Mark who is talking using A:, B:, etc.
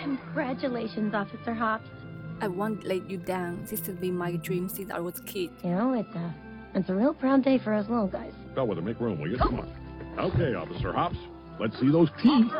A: Congratulations, Officer Hobbs.
B: I won't let you down. This has been my dream since I was a kid.
A: You know, it's a, it's a real proud day for us little guys.
C: Bellwether, make room, will you? Come on. Okay, Officer Hops. Let's see those keys.